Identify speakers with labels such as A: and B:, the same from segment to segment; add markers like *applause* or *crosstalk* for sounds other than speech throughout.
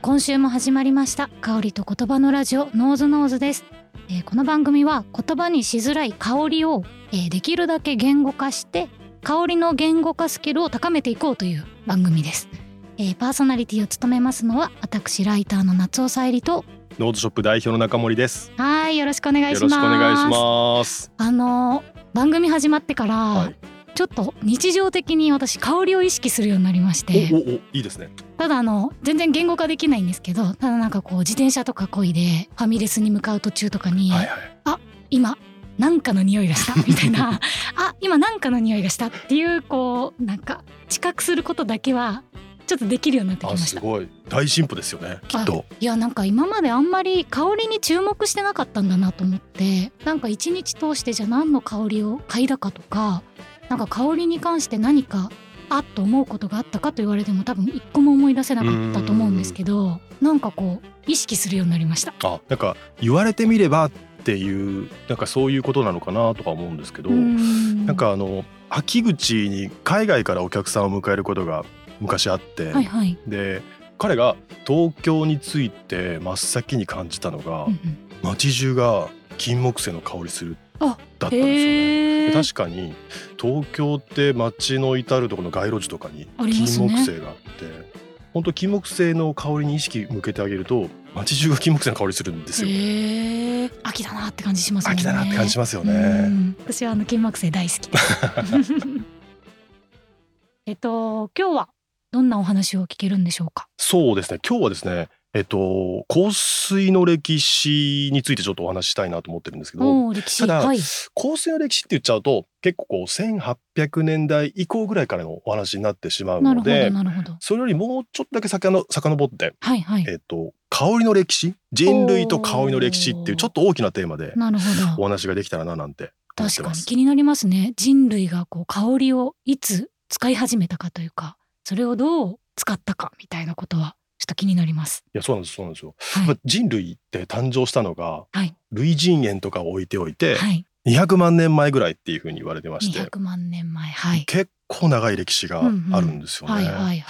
A: 今週も始まりました香りと言葉のラジオノーズノーズです、えーこの番組は言葉にしづらい香りを、えーできるだけ言語化して香りの言語化スキルを高めていこうという番組です、えーパーソナリティを務めますのは私ライターの夏尾さえりと
B: ノートショップ代表の中森です。
A: はいよろしくお願い
B: よ
A: し
B: ろ
A: ます
B: しくお願いします。
A: あのー番組始まってから、
B: はい
A: ちょっと日常的に私香りを意識するようになりまし
B: お
A: て
B: おおいいですね。
A: ただあの全然言語化できないんですけどただなんかこう自転車とかこいでファミレスに向かう途中とかに、
B: はいはい。
A: 今なんかの匂いがした *laughs* みたいなあ今なんかの匂いがしたっていうこうなんか知覚することだけはちょっとできるようになってき
B: あ
A: まし
B: す
A: た。
B: ごい大進歩ですよね。きっと
A: いやなんか今まであんまり香りに注目してなかったんだなと思ってなんか一日通してじゃあ何の香りを嗅いだかとかなんか香りに関して何かあっと思うことがあったかと言われても多分一個も思い出せなかったと思うんですけどなんかこう意識するようになりました。
B: あなんか言われてみればっていうなんかそういうことなのかなとか思うんですけど、
A: な
B: なんかあの秋口に海外からお客さんを迎えることが昔あって、
A: はいはい、
B: で彼が東京について真っ先に感じたのが、
A: うんうん
B: 街中が金木犀の香りするだ
A: あ
B: ったんですよね。
A: へー
B: 確かに東京って街の至るところの街路樹とかに
A: ありますね
B: 金木犀があって、本当金木犀の香りに意識向けてあげると街中が金木犀の香りするんですよ、
A: へー秋だなって感じしますもんね
B: 秋だなって感じしますよね、
A: うん私はあの金木犀大好き。 *laughs* えっと今日はどんなお話を聞けるんでしょうか。
B: そうですね今日はですねえっと香水の歴史についてちょっとお話ししたいなと思ってるんですけど
A: おお歴史
B: ただ
A: はい。
B: 香水の歴史って言っちゃうと結構こう1800年代以降ぐらいからのお話になってしまう
A: なる
B: の
A: ほど
B: で
A: なるほど。
B: それよりもうちょっとだけさかの遡って
A: はいはい。
B: えっと、香りの歴史人類と香りの歴史ってい
A: おー
B: うちょっと大きなテーマで
A: なるほ
B: お
A: ど。
B: 話ができたらななんて思っ
A: 確
B: て
A: か
B: ま
A: に
B: す。
A: 気になりますね。人類がこう香りをいつ使い始めたかというか、それをどう使ったかみたいなことはちょっと気になります。
B: いやそうなんですそうなんですよ。
A: はい
B: まあ人類って誕生したのが、
A: はい
B: 類人猿とかを置いておいて、
A: はい。
B: 200万年前ぐらいっていうふうに言われてまし
A: 二
B: て
A: 百万年前はい。
B: 結構長い歴史があるんですよね。
A: はいはいはい。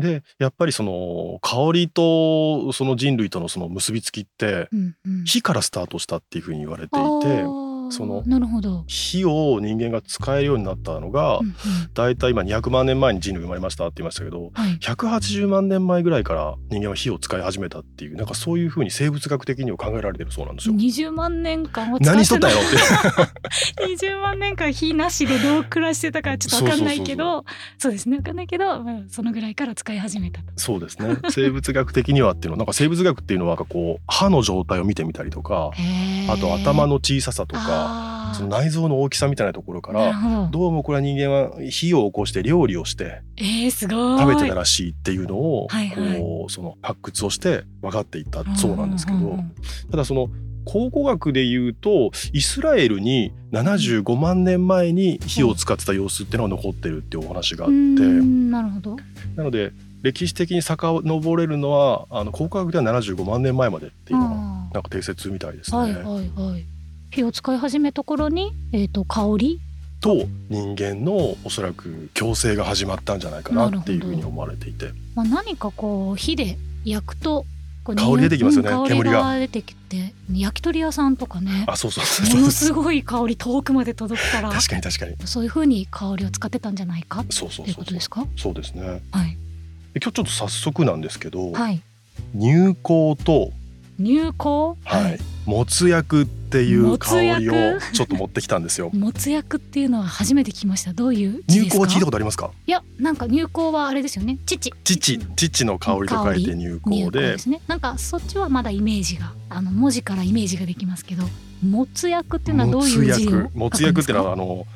B: でやっぱりその香りとその人類とのその結びつきって
A: うんうん。
B: 火からスタートしたっていうふうに言われてい
A: あ
B: て
A: ー
B: その
A: なるほど。
B: 火を人間が使えるようになったのが、
A: うんうん
B: だいたい今200万年前に人類生まれましたって言いましたけど
A: はい。
B: 180万年前ぐらいから人間は火を使い始めたっていうなんかそういうふうに生物学的には考えられてるそうなんですよ。
A: 20万年間は使
B: 何しと
A: っ
B: ってたん
A: な
B: やろって
A: 20万年間火なしでどう暮らしてたかちょっと分かんないけどそうですね分かんないけど、まあ、そのぐらいから使い始めたと。
B: *laughs* そうですね生物学的にはっていうのはなんか生物学っていうのはなんかこう歯の状態を見てみたりとかあと頭の小ささとか
A: か
B: その内臓の大きさみたいなところか
A: なる
B: ら
A: ほど。
B: どうもこれは人間は火を起こして料理をして
A: えー、すごい
B: 食べてたらしいっていうのを
A: はいはい
B: こうその発掘をして分かっていったそうなんですけ
A: うう
B: ど
A: んう。ん
B: ただその考古学で言うとイスラエルに75万年前に火を使ってた様子っていうのが残ってるっていうお話があ
A: う
B: って、
A: んなるほど。
B: なので歴史的に遡れるのはあの考古学では75万年前までっていうの
A: あ
B: がなんか定説みたいです
A: ー
B: ね。
A: はいはいはい。火を使い始めた頃に、えー、と香り
B: と人間のおそらく共生が始まったんじゃないかなっていうふうに思われていて
A: まあ、何かこう火で焼くとこう
B: 香り出てきますよね
A: うん
B: 煙が
A: 香りが出てきて焼き鳥屋さんとかね
B: あそうそうそう
A: も
B: そう
A: のすごい香り遠くまで届くから
B: 確かに確かに
A: そういう風に香りを使ってたんじゃないか
B: そうそ
A: と
B: う
A: いう
B: そ
A: こ
B: う
A: と
B: そう
A: ですか
B: そうですね
A: はい、
B: で今日ちょっと早速なんですけど、
A: はい、
B: 入香と
A: 入香
B: はい、もつ薬っていう香り
A: も
B: を
A: つ。
B: ちょっと持ってきたんですよ
A: *laughs* もつ薬っていうのは初めて聞きましたどういう字
B: 入
A: です
B: 香
A: か
B: は聞いたことありますか？
A: いやなんか入香はあれですよね父
B: 父父の香りと書いて
A: 入
B: 入香
A: 香
B: で
A: で、すねなんかそっちはまだイメージがあの文字からイメージができますけどもつ薬っていうのはどう
B: も
A: い
B: つ
A: う字を書くんです
B: 薬
A: か
B: もつ薬ってのはあの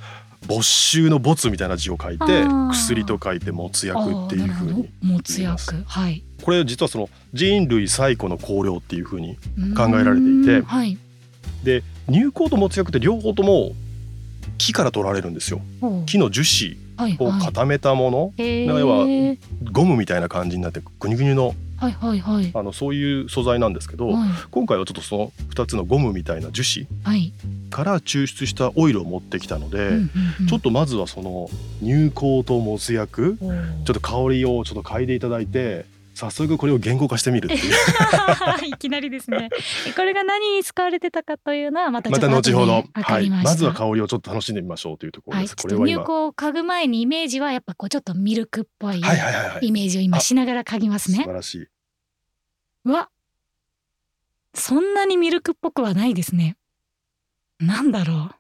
B: 没収の没みたいな字を書い
A: あ
B: て
A: ー
B: 薬と書いてもつ薬っていう風
A: あーなる
B: に。
A: ほどもつ
B: 言います
A: 薬はい
B: これ実はその人類最古の香料っていう風に考
A: 考
B: えられていて
A: はい
B: 入香ともつ薬って両方とも木から取られるんですよ。
A: ほう
B: 木の樹脂
A: はい
B: を
A: はい
B: 固めたもの、
A: へー
B: 要はゴムみたいな感じになってグニグニの
A: はいはいはい
B: あのそういう素材なんですけど、
A: はい
B: 今回はちょっとその2つのゴムみたいな樹脂
A: はい
B: から抽出したオイルを持ってきたので、
A: うんうんうん
B: ちょっとまずはその乳香ともつ薬
A: おー *laughs*
B: ちょっと香りをちょっと嗅いでいただいて早速これを言語化してみるって
A: *laughs*
B: い
A: い
B: う
A: きなりですね。これが何に使われてたかというのはまたちょ
B: ま
A: っと
B: た後ほど
A: 後でわ
B: は
A: かり
B: い
A: ました。
B: まずは香りをちょっと楽しんでみましょうというところ
A: は
B: で
A: い、
B: す、
A: ちょ
B: こ
A: っ
B: れ
A: と
B: は
A: 入
B: 今は
A: 稿を嗅ぐ前にイメージはやっぱこうちょっとミルクっぽい
B: いはいはいはい
A: イメージを今しながら嗅ぎます
B: 素
A: ね
B: 晴。らしいう
A: わそんなにミルクっぽくはないですね。なんだろ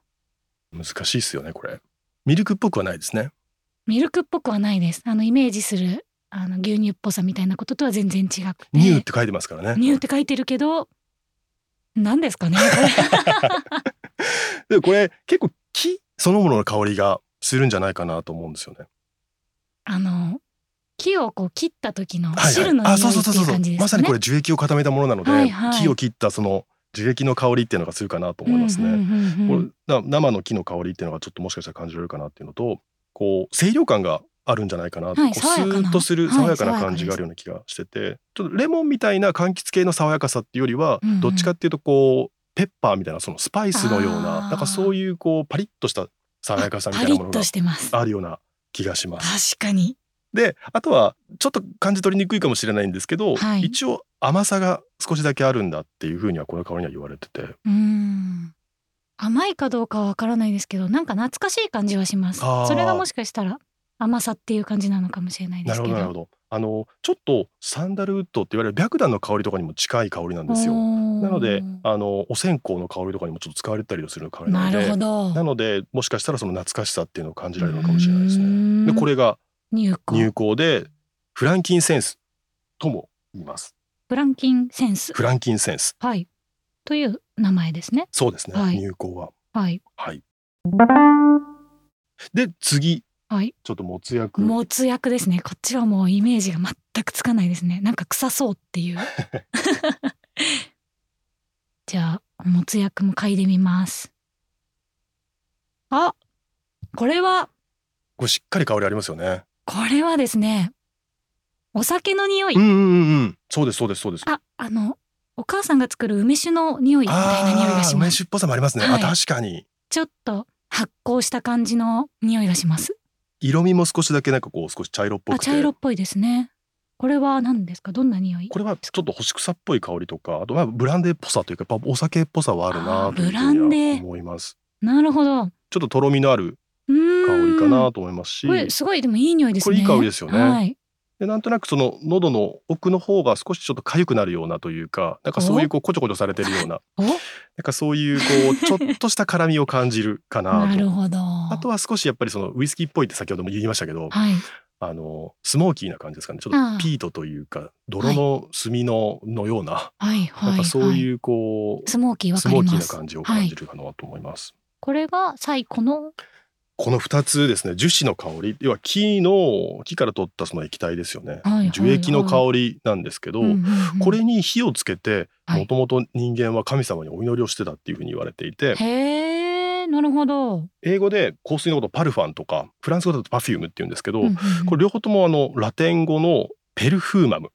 A: う
B: 難しいですよねこれミルクっぽくはないですね
A: ミルクっぽくはないです。あのイメージするあの牛乳っぽさみたいなこととは全然違くて。
B: ニューって書いてますからね
A: ニューって書いてるけど何ですかねこ
B: でこれ結構木そのものの香りがするんじゃないかなと思うんですよね
A: れあの木をこう切った時の
B: はいはい
A: 汁の匂い
B: あ
A: って
B: そうそうそう
A: いう
B: そう
A: 感じですかね。
B: まさにこれ樹液を固めたものなので、
A: はいはい
B: 木を切ったその樹液の香りっていうのがするかなと思いますね、
A: うんうんうんうん
B: これな生の木の香りっていうのがちょっともしかしたら感じられるかなっていうのとこう清涼感があるんじゃないかな、
A: はい
B: こうス
A: 爽やかな
B: ーッとする
A: はい
B: 爽やか
A: 爽
B: な
A: やか
B: 感
A: です
B: じがあるような気がしてて、ちょっとレモンみたいな柑橘系の爽やかさっていうよりは、
A: うんうん
B: どっちかっていうとこうペッパーみたいなそのスパイスのよう
A: あ
B: な
A: ー
B: なんかそういうこうパリッとした爽やかさみた
A: パ
B: いな
A: リ
B: も
A: ッ
B: の
A: と
B: が
A: してます。確
B: あるような気がします。
A: かに。
B: であとはちょっと感じ取りにくいかもしれないんですけど、
A: はい
B: 一応甘さが少しだけあるんだっていうふうにはこの香りには言われてて
A: うーん。甘いかどうかはわからないですけど、なんか懐かしい感じはします。
B: あー
A: それがもしかしたら甘さっていう感じなのかもしれないで
B: な
A: す
B: る
A: け
B: ほ
A: ど。
B: どなるほどあのちょっとサンダルウッドって言われる白檀の香りとかにも近い香りなんですよな
A: な
B: のであのお線香の香りとかにもちょっと使われたりする香り
A: な
B: なの
A: る
B: で
A: ほど。
B: なのでもしかしたらその懐かしさっていうのを感じられるのかもしれないですねでこ
A: れ
B: れが
A: 入稿
B: 入香でフランキンセンスとも言います
A: フランキンセンス
B: フランキンセンス
A: はいという名前ですね。
B: そうですね、
A: はい
B: 入香は
A: はい
B: はいで次
A: はい。
B: ちょっともつ薬
A: もつ薬ですね。こっちはもうイメージが全くつかないですね。なんか臭そうって
B: *laughs*
A: いう。じゃあもつ薬も嗅いでみます。あこれは
B: これしっかり香りありますよね
A: これはですねお酒の匂い、
B: うんうんうんうんそうですそうですそうです
A: ああのお母さんが作る梅酒の匂いみたいな匂いがし
B: あー
A: ま
B: 梅
A: す
B: 酒っぽさもありますね、
A: はい
B: あ確かに
A: ちょっと発酵した感じの匂いがします
B: 色味も少しだけなんかこう少し茶色っぽ
A: あ
B: くて
A: 茶色っぽいですねこれは何ですかどんな匂い
B: これはちょっと干し草っぽい香りとかあとまあブランデーっぽさというかやっぱお酒っぽさはあるなという
A: あーブラ
B: ふう
A: ンデ
B: には
A: ー
B: 思います
A: なるほどう
B: ちょっととろみのある香
A: ーん
B: りかなと思いますし
A: これすごいでもいい匂いですね
B: これいい香りですよね
A: はい、
B: でなんとなくその喉の奥の方が少しちょっと痒くなるようなというかなんかそういうこうこちょこちょされてるような
A: お
B: なんかそういうこうちょっとした辛みを感じるかな
A: な
B: と
A: るほど
B: あとは少しやっぱりそのウイスキーっぽいって先ほども言いましたけど、
A: はい
B: あのスモーキーな感じですかねちょ
A: あ
B: っ
A: あ
B: とピートというか泥の炭ののような、
A: はいはい
B: なんかそう
A: う
B: いうこう、
A: スモーキーわ
B: ス
A: かり
B: モーキー
A: ま
B: な
A: す
B: 感じを感じるかなと思います。
A: これが最古の
B: この二つですね樹脂の香り要は木の木から取ったその液体ですよ
A: は
B: ね、
A: いはいはい
B: 樹液の香りなんですけど、
A: うんうんうん
B: これに火をつけて
A: はい
B: もともと人間は神様にお祈りをしてたっていうふうに言われていて、
A: へえなるほど、
B: 英語で香水のことをパルファンとかフランス語だとパフュームっていうんですけど、
A: うんうんうん
B: これ両方ともあのラテン語のペルフーマム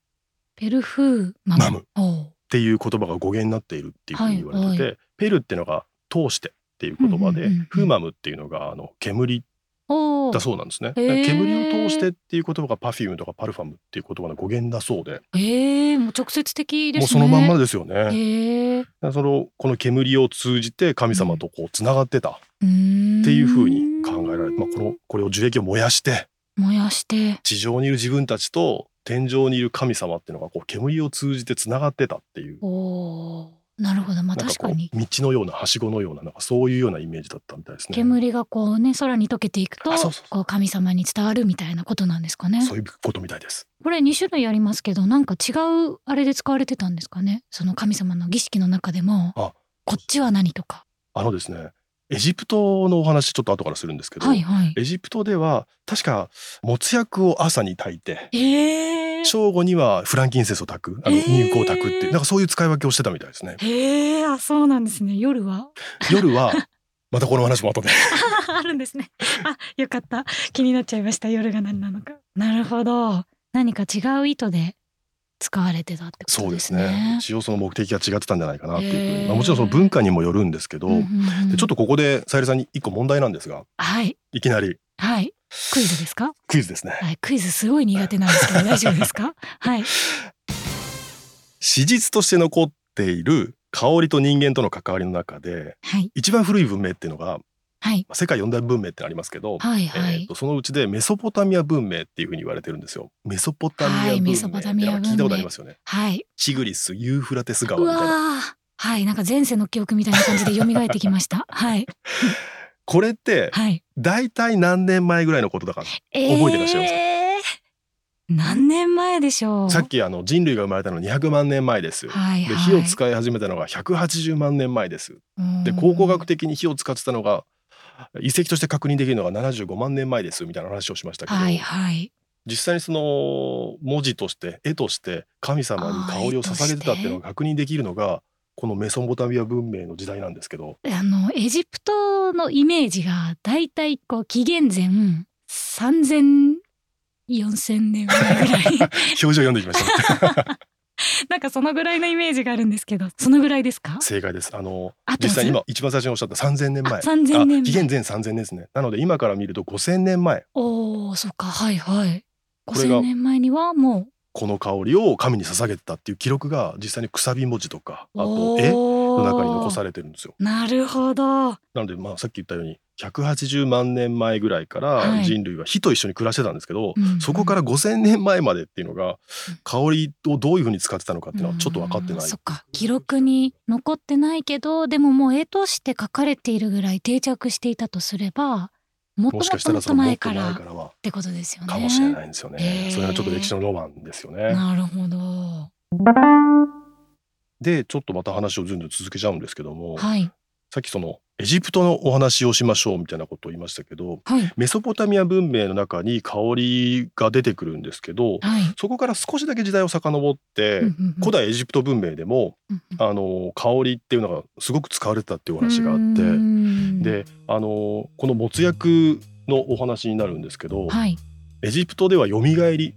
A: ペルフーマ
B: マム
A: おう
B: っていう言葉が語源になっているっていうふうに言われてて、
A: は
B: ペルっていうのが通してっていう言
A: うんう
B: 葉で、
A: んうんうん
B: フーマムっていうのがあの煙
A: おう
B: だそうなんですね、
A: へー
B: 煙を通してっていう言葉がパフュームとかパルファムっていう言葉の語源だそうで
A: ええもう直接的で
B: もう
A: す
B: そ
A: ね。
B: のまんまですよね、
A: へえう
B: そのこの煙を通じて神様とこうつながってたっ
A: ーん
B: ていうふうに考えられて、まあ、このこれを樹液を燃やして
A: 燃やして
B: 地上にいる自分たちと天井にいる神様っていうのがこう煙を通じてつながってたっていう
A: おおーなるほどまあ
B: なん
A: 確
B: か
A: か
B: こう
A: に
B: 道のようなはしごのようななんかそういうようなイメージだったみたいですね。
A: 煙がこうね空に溶けていくと
B: あそうそうそう
A: こう神様に伝わるみたいなことなんですかね
B: そういうことみたいです。
A: これ2種類ありますけどなんか違うあれで使われてたんですかねその神様の儀式の中でも
B: あ
A: こっちは何とか
B: あのですね、エジプトのお話ちょっと後からするんですけど、
A: はいはい
B: エジプトでは確かもつ薬を朝に炊いて、
A: ええ
B: 正午にはフランキンセンスを炊く、あの
A: えー。
B: 乳香を炊くっていう、なんかそういう使い分けをしてたみたいですね
A: へえあそうなんですね夜は *laughs*
B: 夜はまたこの話も後で。
A: あるんですね。あ、よかった。気になっちゃいました。夜が何なのか。なるほど。何か違う意図で使われてたってこ
B: そ
A: と
B: う
A: で
B: ですすね
A: ね。。
B: 一応その目的が違ってたんじゃないかなっていうふうに、
A: えー
B: まあ、もちろんその文化にもよるんですけど、
A: うんうんうん
B: でちょっとここでさゆりさんに一個問題なんですが、
A: はい
B: いきなり
A: はいクイズですか
B: クイズですね
A: はい、クイズすごい苦手なんですけど
B: *laughs*
A: 大丈夫ですかはい
B: 史実として残っている香りと人間との関わりの中で
A: はい
B: 一番古い文明っていうのが
A: はい
B: まあ世界四大文明ってありますけど、
A: はいは
B: えー
A: い
B: とそのうちでメソポタミア文明っていうふうに言われてるんですよメソポタミア
A: はい
B: 文明
A: メ
B: って
A: ソ
B: なん
A: ポ
B: か
A: タミア文明
B: 聞いたことありますよね
A: はい
B: チグリスユーフラテス川
A: う
B: み
A: わ
B: たいな
A: ーはいなんか前世の記憶みたいな感じで蘇ってきました
B: *laughs*
A: はい
B: これって
A: はい
B: 大体何年前ぐらいのことだか
A: え
B: 覚えてらっしゃいます
A: ます何年前でしょう
B: さっきあの人類が生まれたの200万年前です、
A: はい
B: で
A: はい
B: 火を使い始めたのが180万年前ですで
A: うん
B: 考古学的に火を使ってたのが遺跡として確認できるのが75万年前ですみたいな話をしましたけど、
A: はいはい
B: 実際にその文字として絵として神様に香りを捧げてたっていうのが確認できるのがこのメソポタミア文明の時代なんですけど
A: あのエジプトのイメージがだいたいこう紀元前3000 4000年前ぐらい *laughs*
B: 表情読んできました、ね、
A: なんかそのぐらいのイメージがあるんですけどそのぐらいですか
B: 正解ですあの
A: 合ってま
B: 実
A: す
B: 際に今一番最初におっしゃった3000年前
A: あ3000年
B: あ紀
A: 前
B: 元前3000年ですねなので今から見ると5000年前
A: おおそっかはいはい
B: これが
A: 5000年前にはも
B: この香りを神に捧げてたっていう記録が実際にくさび文字とかあ
A: う
B: と
A: お
B: 絵の
A: ー
B: 中に残されてるんですよ
A: なるほど
B: なのでまあさっき言ったように180万年前ぐらいか
A: は
B: ら
A: い
B: 人類は火と一緒に暮らしてたんですけど、
A: うん
B: そこから5,000年前までっていうのが香りをどういうふうに使ってたのかっていうのはちょっと分かって
A: う
B: なんい
A: そっか記録に残ってないけどでももう絵として書かれているぐらい定着していたとすればもっとも
B: も
A: っ
B: しかし
A: と
B: た
A: も
B: ら
A: っ
B: そ
A: と
B: のも
A: 前
B: っと
A: か
B: 前
A: らっ
B: からは
A: てことですよね。
B: かもしれないんですよね
A: へー
B: それがちょっと歴史のロマンですよね
A: なるほど。
B: でちょっとまた話をずんずん続けちゃうんですけども
A: はい
B: さっきそのエジプトのお話をしましょうみたいなことを言いましたけど
A: はい
B: メソポタミア文明の中に香りが出てくるんですけど
A: はい。
B: そこから少しだけ時代を遡って
A: うんうんうん
B: 古代エジプト文明でも
A: うんうん
B: あの香りっていうのがすごく使われてたっていうお話があっ
A: う
B: て
A: ーん
B: であのこのもつ薬のお話になるんですけど、
A: はい
B: エジプトではよみがえり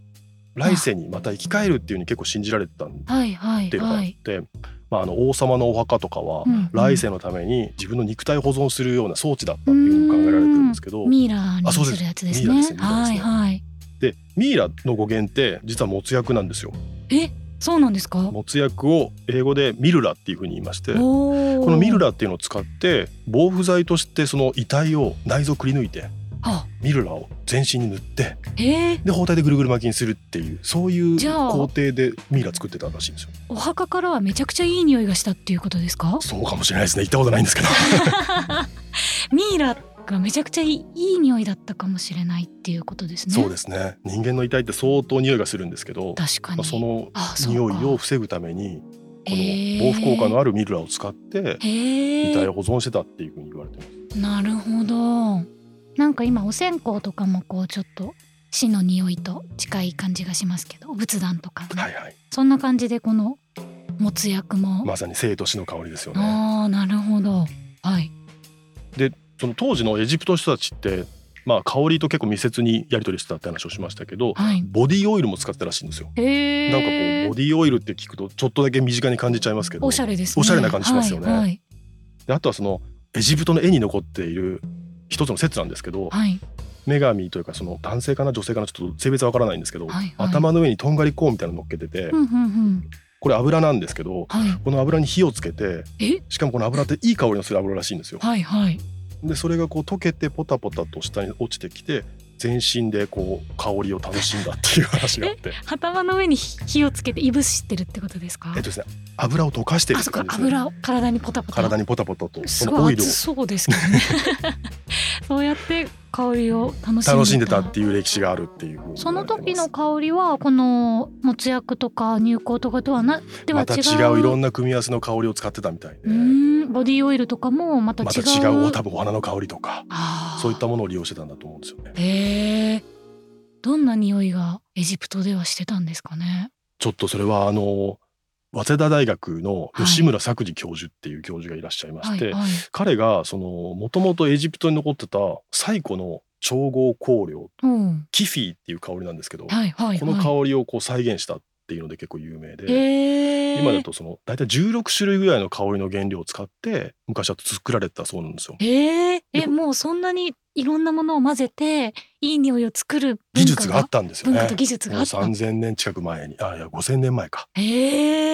B: 来世にまた生き返るっていうに結構信じられてたっ
A: はいはい
B: ていうのがあ
A: は
B: っ
A: い。
B: て、まあ、あの王様のお墓とかは、
A: うんうん
B: 来世のために自分の肉体を保存するような装置だったっていうのも考えられてるんですけど
A: ミイラに
B: あそうです
A: するやつです
B: ミイラで
A: ね
B: す。ねミイラで
A: は
B: す
A: い
B: ね
A: はい。
B: でミイラの語源って実はもつ薬なんですよ。
A: えそうなんですか。
B: もつ薬を英語でミルラっていうふうに言いましてこ
A: こ
B: のミルラっていうのを使って防腐剤としてその遺体を内臓くり抜いて
A: あ
B: ミルラを全身に塗って
A: えー、
B: で包帯でぐるぐる巻きにするっていうそういう
A: じゃあ
B: 工程でミイラ作ってたらしいんですよ。
A: お墓からはめちゃくちゃいい匂いがしたっていうことです
B: *laughs*
A: か
B: そうかもしれないですね行ったことないんですけど
A: ミイラがめちゃくちゃいいいい匂いだったかもしれないっていうことですね
B: そうですね人間の遺体って相当匂いがするんですけど、
A: 確か
B: まあ、
A: に
B: その
A: あそうか
B: 匂いを防ぐためにこ
A: へ
B: の
A: ー
B: 防腐効果のあるミルラを使って
A: へ
B: 遺
A: え
B: 体を保存してたっていうふうに言われてます、
A: なるほどなんか今お線香とかもこうちょっと死の匂いと近い感じがしますけどお仏壇とかね、
B: はいはい
A: そんな感じでこのもつ薬も、
B: まさに生と死の香りですよね
A: ああなるほどはい
B: その当時のエジプトの人たちってまあ香りと結構密接にやり取りしてたって話をしましたけど
A: はい
B: ボディオイルも使ってたらしいんですよ
A: へえ
B: なんかこうボディオイルって聞くとちょっとだけ身近に感じちゃいますけど
A: おしゃれですね
B: おしゃれな感じしますよね
A: はいはい
B: であとはそのエジプトの絵に残っている一つの説なんですけど、
A: はい
B: 女神というかその男性かな女性かなちょっと性別はわからないんですけど、
A: はいはい
B: 頭の上にとんがりコーンみたいなの乗っけてて、
A: うんうんうん
B: これ油なんですけど
A: はい
B: この油に火をつけて
A: え
B: しかもこの油っていい香りのする油らしいんですよ。
A: はいはい
B: でそれがこう溶けてポタポタと下に落ちてきて全身でこう香りを楽しんだっていう話があって。
A: 頭の上に火をつけていぶしてるってことですか
B: えっとですね、油を溶かしてる
A: あ
B: っ
A: そ
B: て
A: っか
B: 感じですね、
A: 油を体にポタポタ
B: 体にポタポタと
A: す
B: そのオ
A: ごい
B: イルを
A: 熱そうですけどね
B: *laughs*
A: そうやって香りを楽しんでた
B: 楽しんでたっていう歴史があるっていうふうに
A: そ
B: 言わ
A: の
B: れてます
A: 時の香りはこのもつ薬とか乳香とかとはなでは違
B: ま
A: う
B: た違ういろ
A: なん
B: な組み合わせの香りを使ってたみたいで、
A: ボディオイルとかもまた違う
B: また違う多分お花の香りとか
A: あー
B: そういったものを利用してたんだと思うんですよね。
A: へえどんな匂いがエジプトではしてたんですかね
B: ちょっとそれはあの早稲田大学の吉村作治教授っていう教授がいらっしゃいま
A: は
B: して、
A: いはい
B: 彼がそのもともとエジプトに残ってた最古の調合香料
A: うん
B: キフィーっていう香りなんですけど、
A: はいはい
B: この
A: は
B: 香りをこう再現したっていうので結構有名
A: い
B: で、
A: へえ
B: 今だとその大体16種類ぐらいの香りの原料を使って昔は作られてたそうなんですよ。
A: えー、え
B: で
A: もうそんなにいろんなものを混ぜていい匂いを作る
B: 技
A: 文化
B: 術があったんですよ
A: 文
B: ね
A: 化と技術が
B: も
A: あ
B: う
A: った。
B: 3000年近く前にあいや5000年前か
A: え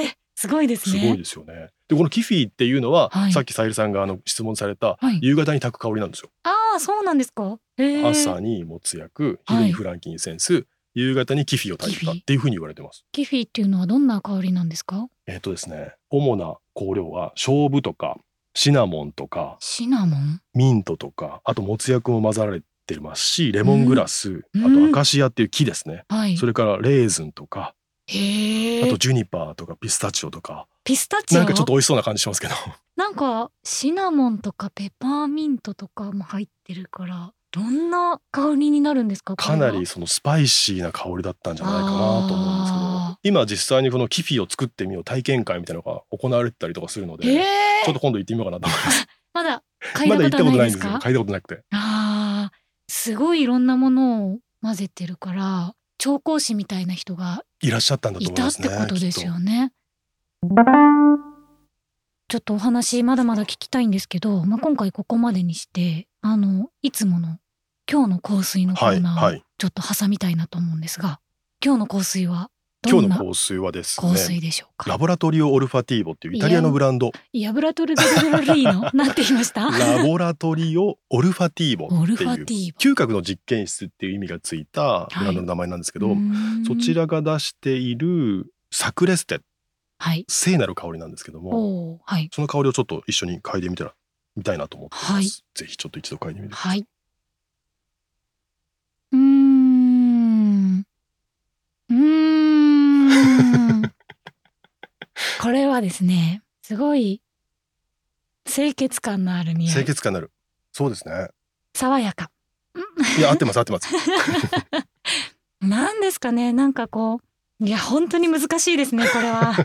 A: ー、すごいです
B: す
A: ね。
B: ごいですよねでこのキフィっていうのは、
A: はい
B: さっきさゆりさんがあの質問された
A: はい、
B: 夕方に炊く香りなんですよ、
A: ああそうなんですか。えー、
B: 朝にもつ薬昼にフランキンセンス、夕方にキフィを炊いたっていうふうに言われてます
A: キフィっていうのはどんな香りなんですか
B: えっ、とですね主な香料は勝負とかシナモンとか
A: シナモン
B: ミントとかあともつ薬も混ざられてますしレモングラス、
A: うん
B: あとアカシアっていう木ですね、
A: はい。
B: それからレーズンとか
A: へ
B: あ
A: え
B: と。ジュニパーとかピスタチオとか
A: ピスタチオ
B: なんかちょっと美味しそうな感じしますけど
A: なんかシナモンとかペパーミントとかも入ってるからどんな香りになるんですかこれ
B: か
A: は
B: なりそのスパイシーな香りだったんじゃないかなと思うんですけ
A: あ
B: ど今実際にこのキフィを作ってみよう体験会みたいなのが行われてたりとかするので、
A: え
B: ちょっ
A: ー、
B: と今度行ってみようかなと思います。
A: まだ嗅い
B: ま
A: だこ
B: だ行っ
A: とは
B: たこと
A: ない
B: な
A: で
B: いんですすよ。
A: か
B: 嗅いだことなくて。
A: あーすごいいろんなものを混ぜてるから調香師みたいな人が
B: いらっしゃったんだと
A: い
B: 思い
A: た
B: ま
A: っ
B: すね。
A: てことです
B: きっ
A: よね。ちょっとお話まだまだ聞きたいんですけど、まあ、今回ここまでにしてあのいつもの今日の香水の
B: と
A: コ
B: はい
A: ーナ
B: は
A: ーを
B: い。
A: ちょっと挟みたいなと思うんですが、今日の香水はど
B: 今
A: ん
B: 日
A: な
B: の香水はです
A: 香
B: ね。
A: 水でしょうか
B: ラボラトリオ・オルファティーボっていうイタリアのブランド
A: いやブラトル・デ・ルロリー
B: *laughs*
A: ノなんて言いました
B: ラボラトリオ・オルファティーボ
A: オル
B: って
A: フ
B: いう
A: ァティー
B: 嗅覚の実験室っていう意味がついたブランドの名前なんですけど、そちらが出しているサクレステ
A: はい
B: 聖なる香りなんですけども
A: おーはい
B: その香りをちょっと一緒に嗅いでみたらみたいなと思ってます、
A: はい
B: ぜひちょっと一度嗅いでみてくださ
A: はい。うーん。うー
B: *laughs*
A: ん。これはですね、すごい清潔感のある
B: い
A: 匂
B: 清
A: い。
B: 潔感になるそうですね
A: 爽やか。
B: いや合ってます合ってます
A: なんですかね、なんかこう、いや本当に難しいですね、これは。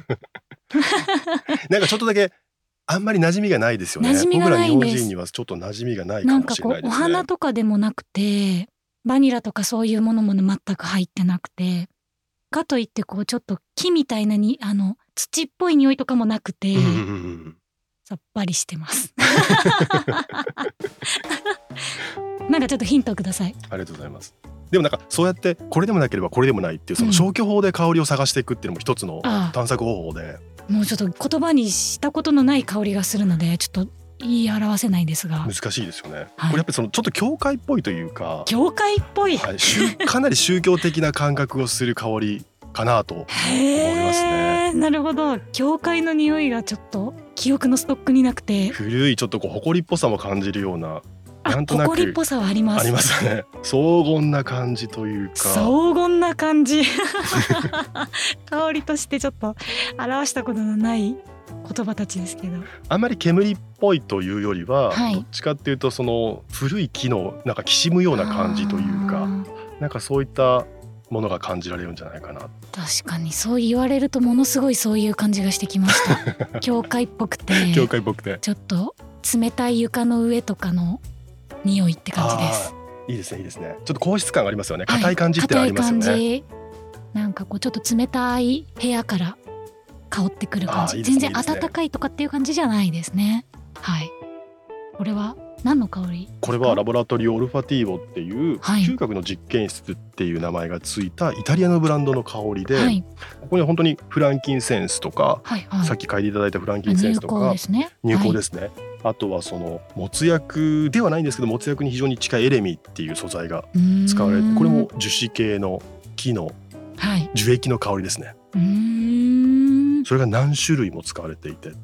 B: なんかちょっとだけあんまり馴染みがないですよね
A: 馴染みがないんです
B: 僕ら日本人にはちょっと馴染みがない
A: な
B: か
A: ん
B: も
A: か
B: しれ
A: こ
B: な
A: う
B: いで
A: お
B: すね
A: 花とかでもなくてバニラとかそういうものも全く入ってなくてかといってこうちょっと木みたいなにあの土っぽい匂いとかもなくて、
B: うんうんうんうん
A: さっぱりしてます。 *laughs* なんかちょっとヒントください。
B: ありがとうございます。でもなんかそうやってこれでもなければこれでもないっていうその消去法で香りを探していくっていうのも一つの
A: あ
B: 探索方法で
A: あもうちょっと言葉にしたことのない香りがするのでちょっと言い表せないんですが、
B: 難しいですよね。
A: はい
B: これやっぱりそのちょっと教会っぽいというか、
A: 教会っぽい。
B: はい、宗
A: *laughs*
B: かなり宗教的な感覚をする香りかな
A: *laughs*
B: と。思います
A: へえ、
B: ね
A: なるほど。教会の匂いがちょっと記憶のストックになくて、
B: 古いちょっとこう埃っぽさも感じるような
A: あ
B: なんとなく
A: 埃っぽさはあります。
B: ありますね。荘厳な感じというか。
A: 荘厳な感じ *laughs* 香りとしてちょっと表したことのない言葉たちですけど
B: あんまり煙っぽいというよりは、
A: はい
B: どっちかっていうとその古い木のなんかきしむような感じという
A: あ
B: か
A: ー
B: なんかそういったものが感じられるんじゃないかな
A: 確かにそう言われるとものすごいそういう感じがしてきました
B: *laughs*
A: 教会っぽくて
B: 教会っぽくて
A: ちょっと冷たい床の上とかの匂いって感じです
B: あーいいですねいいですねちょっと硬質感がありますよね
A: はい
B: 硬い感じってのありますよね、
A: 硬い感じなんかこうちょっと冷たい部屋から香ってくる感
B: あ
A: じ
B: ーいいです
A: 全
B: ね
A: 然
B: いいですね
A: 暖かいとかっていう感じじゃないですねはいこれは何の香り
B: これはラボラトリオ・オルファティーボっていう
A: はい
B: 嗅覚の実験室っていう名前がついたイタリアのブランドの香りで、
A: はい
B: ここに本当にフランキンセンスとか、
A: はいはい
B: さっき嗅いでいただいたフランキンセン
A: 入
B: スと
A: 香
B: か
A: ですね、
B: 入香ですすね、あとはそのもつ薬ではないんですけどもつ薬に非常に近いエレミっていう素材が
A: はい
B: 使われてこれ
A: う
B: も
A: ー
B: 樹脂系の木の
A: んはい
B: 樹液の香りですね
A: うーん
B: それが何種類も使われていても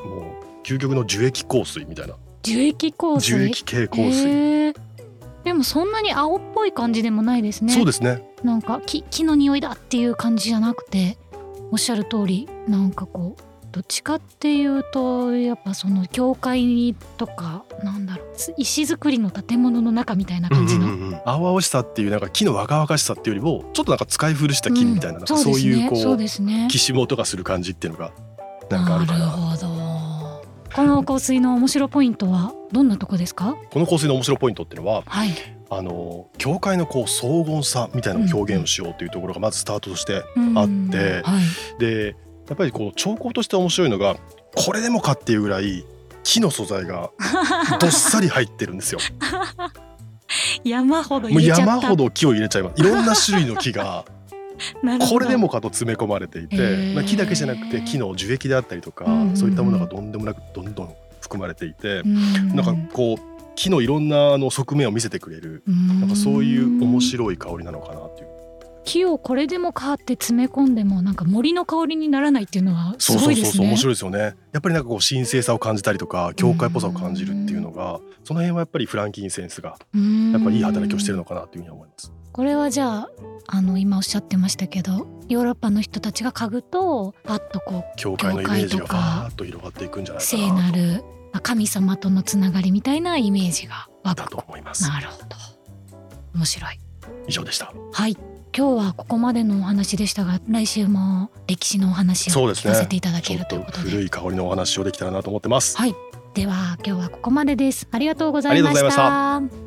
B: う究極の樹液香水みたいな
A: 樹液香水
B: 樹液系香水、
A: へーでもそんなに青っぽい感じでもないですね
B: そうですね
A: なんか木木の匂いだっていう感じじゃなくておっしゃる通りなんかこうどっちかっていうとやっぱその教会とかなんだろうす石造りの建物の中みたいな感じの、
B: うんうんうん青々しさっていうなんか木の若々しさっていうよりもちょっとなんか使い古した木みたいな,、なんか
A: そ
B: そう
A: うです
B: いう
A: ね
B: こ
A: そう
B: う
A: ですね
B: きしもとかする感じっていうのがなんかあるかな
A: ほどこの香水の面白ポイントはどんなとこですか
B: この香水の面白いポイントっていうのは
A: はい
B: あの教会のこう荘厳さみたいなのを表現をしようというところがまずスタートとして、
A: うん
B: あって
A: はい
B: でやっぱりこう兆候として面白いのがこれでもかっていうぐらい木の素材
A: *laughs*
B: がどっさり入ってるんですよ。
A: 山ほど
B: も
A: 入
B: う
A: れちゃった
B: 山ほど木を入れちゃいます。いろんな種類の
A: *laughs*
B: 木が
A: なるほど
B: これでもかと詰め込まれていて、
A: へー
B: まあ、木だけじゃなくて木の樹液であったりとか、
A: うんうんうん
B: そういったものがどんでもなくどんどん含まれていて、
A: うん
B: なんかこう木のいろんなあの側面を見せてくれる
A: な
B: なんかそういう面
A: い
B: 白い香りなのかなっていう。
A: 木をこれでもかって詰め込んでもなんか森の香りにならないっていうのはす
B: そう
A: ご
B: そう
A: い
B: そ
A: で
B: う
A: す
B: そう、
A: ね
B: 面白いですよね。やっぱりなんかこう神聖さを感じたりとか教会っぽさを感じるっていうのがその辺はやっぱりフランキンセンスが
A: うん
B: やっぱりいい働きをしてるのかなっていうふうに思います。
A: これはじゃああの今おっしゃってましたけどヨーロッパの人たちが嗅ぐとパッとこ
B: 教会のイメージが
A: 教会と
B: フ
A: か
B: ァーッと広がっていくんじゃ
A: う
B: ないか
A: 聖な
B: なと
A: る神様とのつながりみたいなイメージが湧
B: だ
A: く
B: と思います。
A: なるほど面白い
B: 以上でした。
A: はい今日はここまでのお話でしたが来週も歴史のお話
B: そう
A: を
B: です
A: 聞
B: ね
A: かせていただ
B: ち
A: け
B: ょ
A: る
B: っ
A: とい
B: と
A: うことで
B: 古い香りのお話をできたらなと思ってます。
A: はいでは今日はここまでですありがとうござ
B: あ
A: い
B: りが
A: ま
B: とうご
A: し
B: ざいました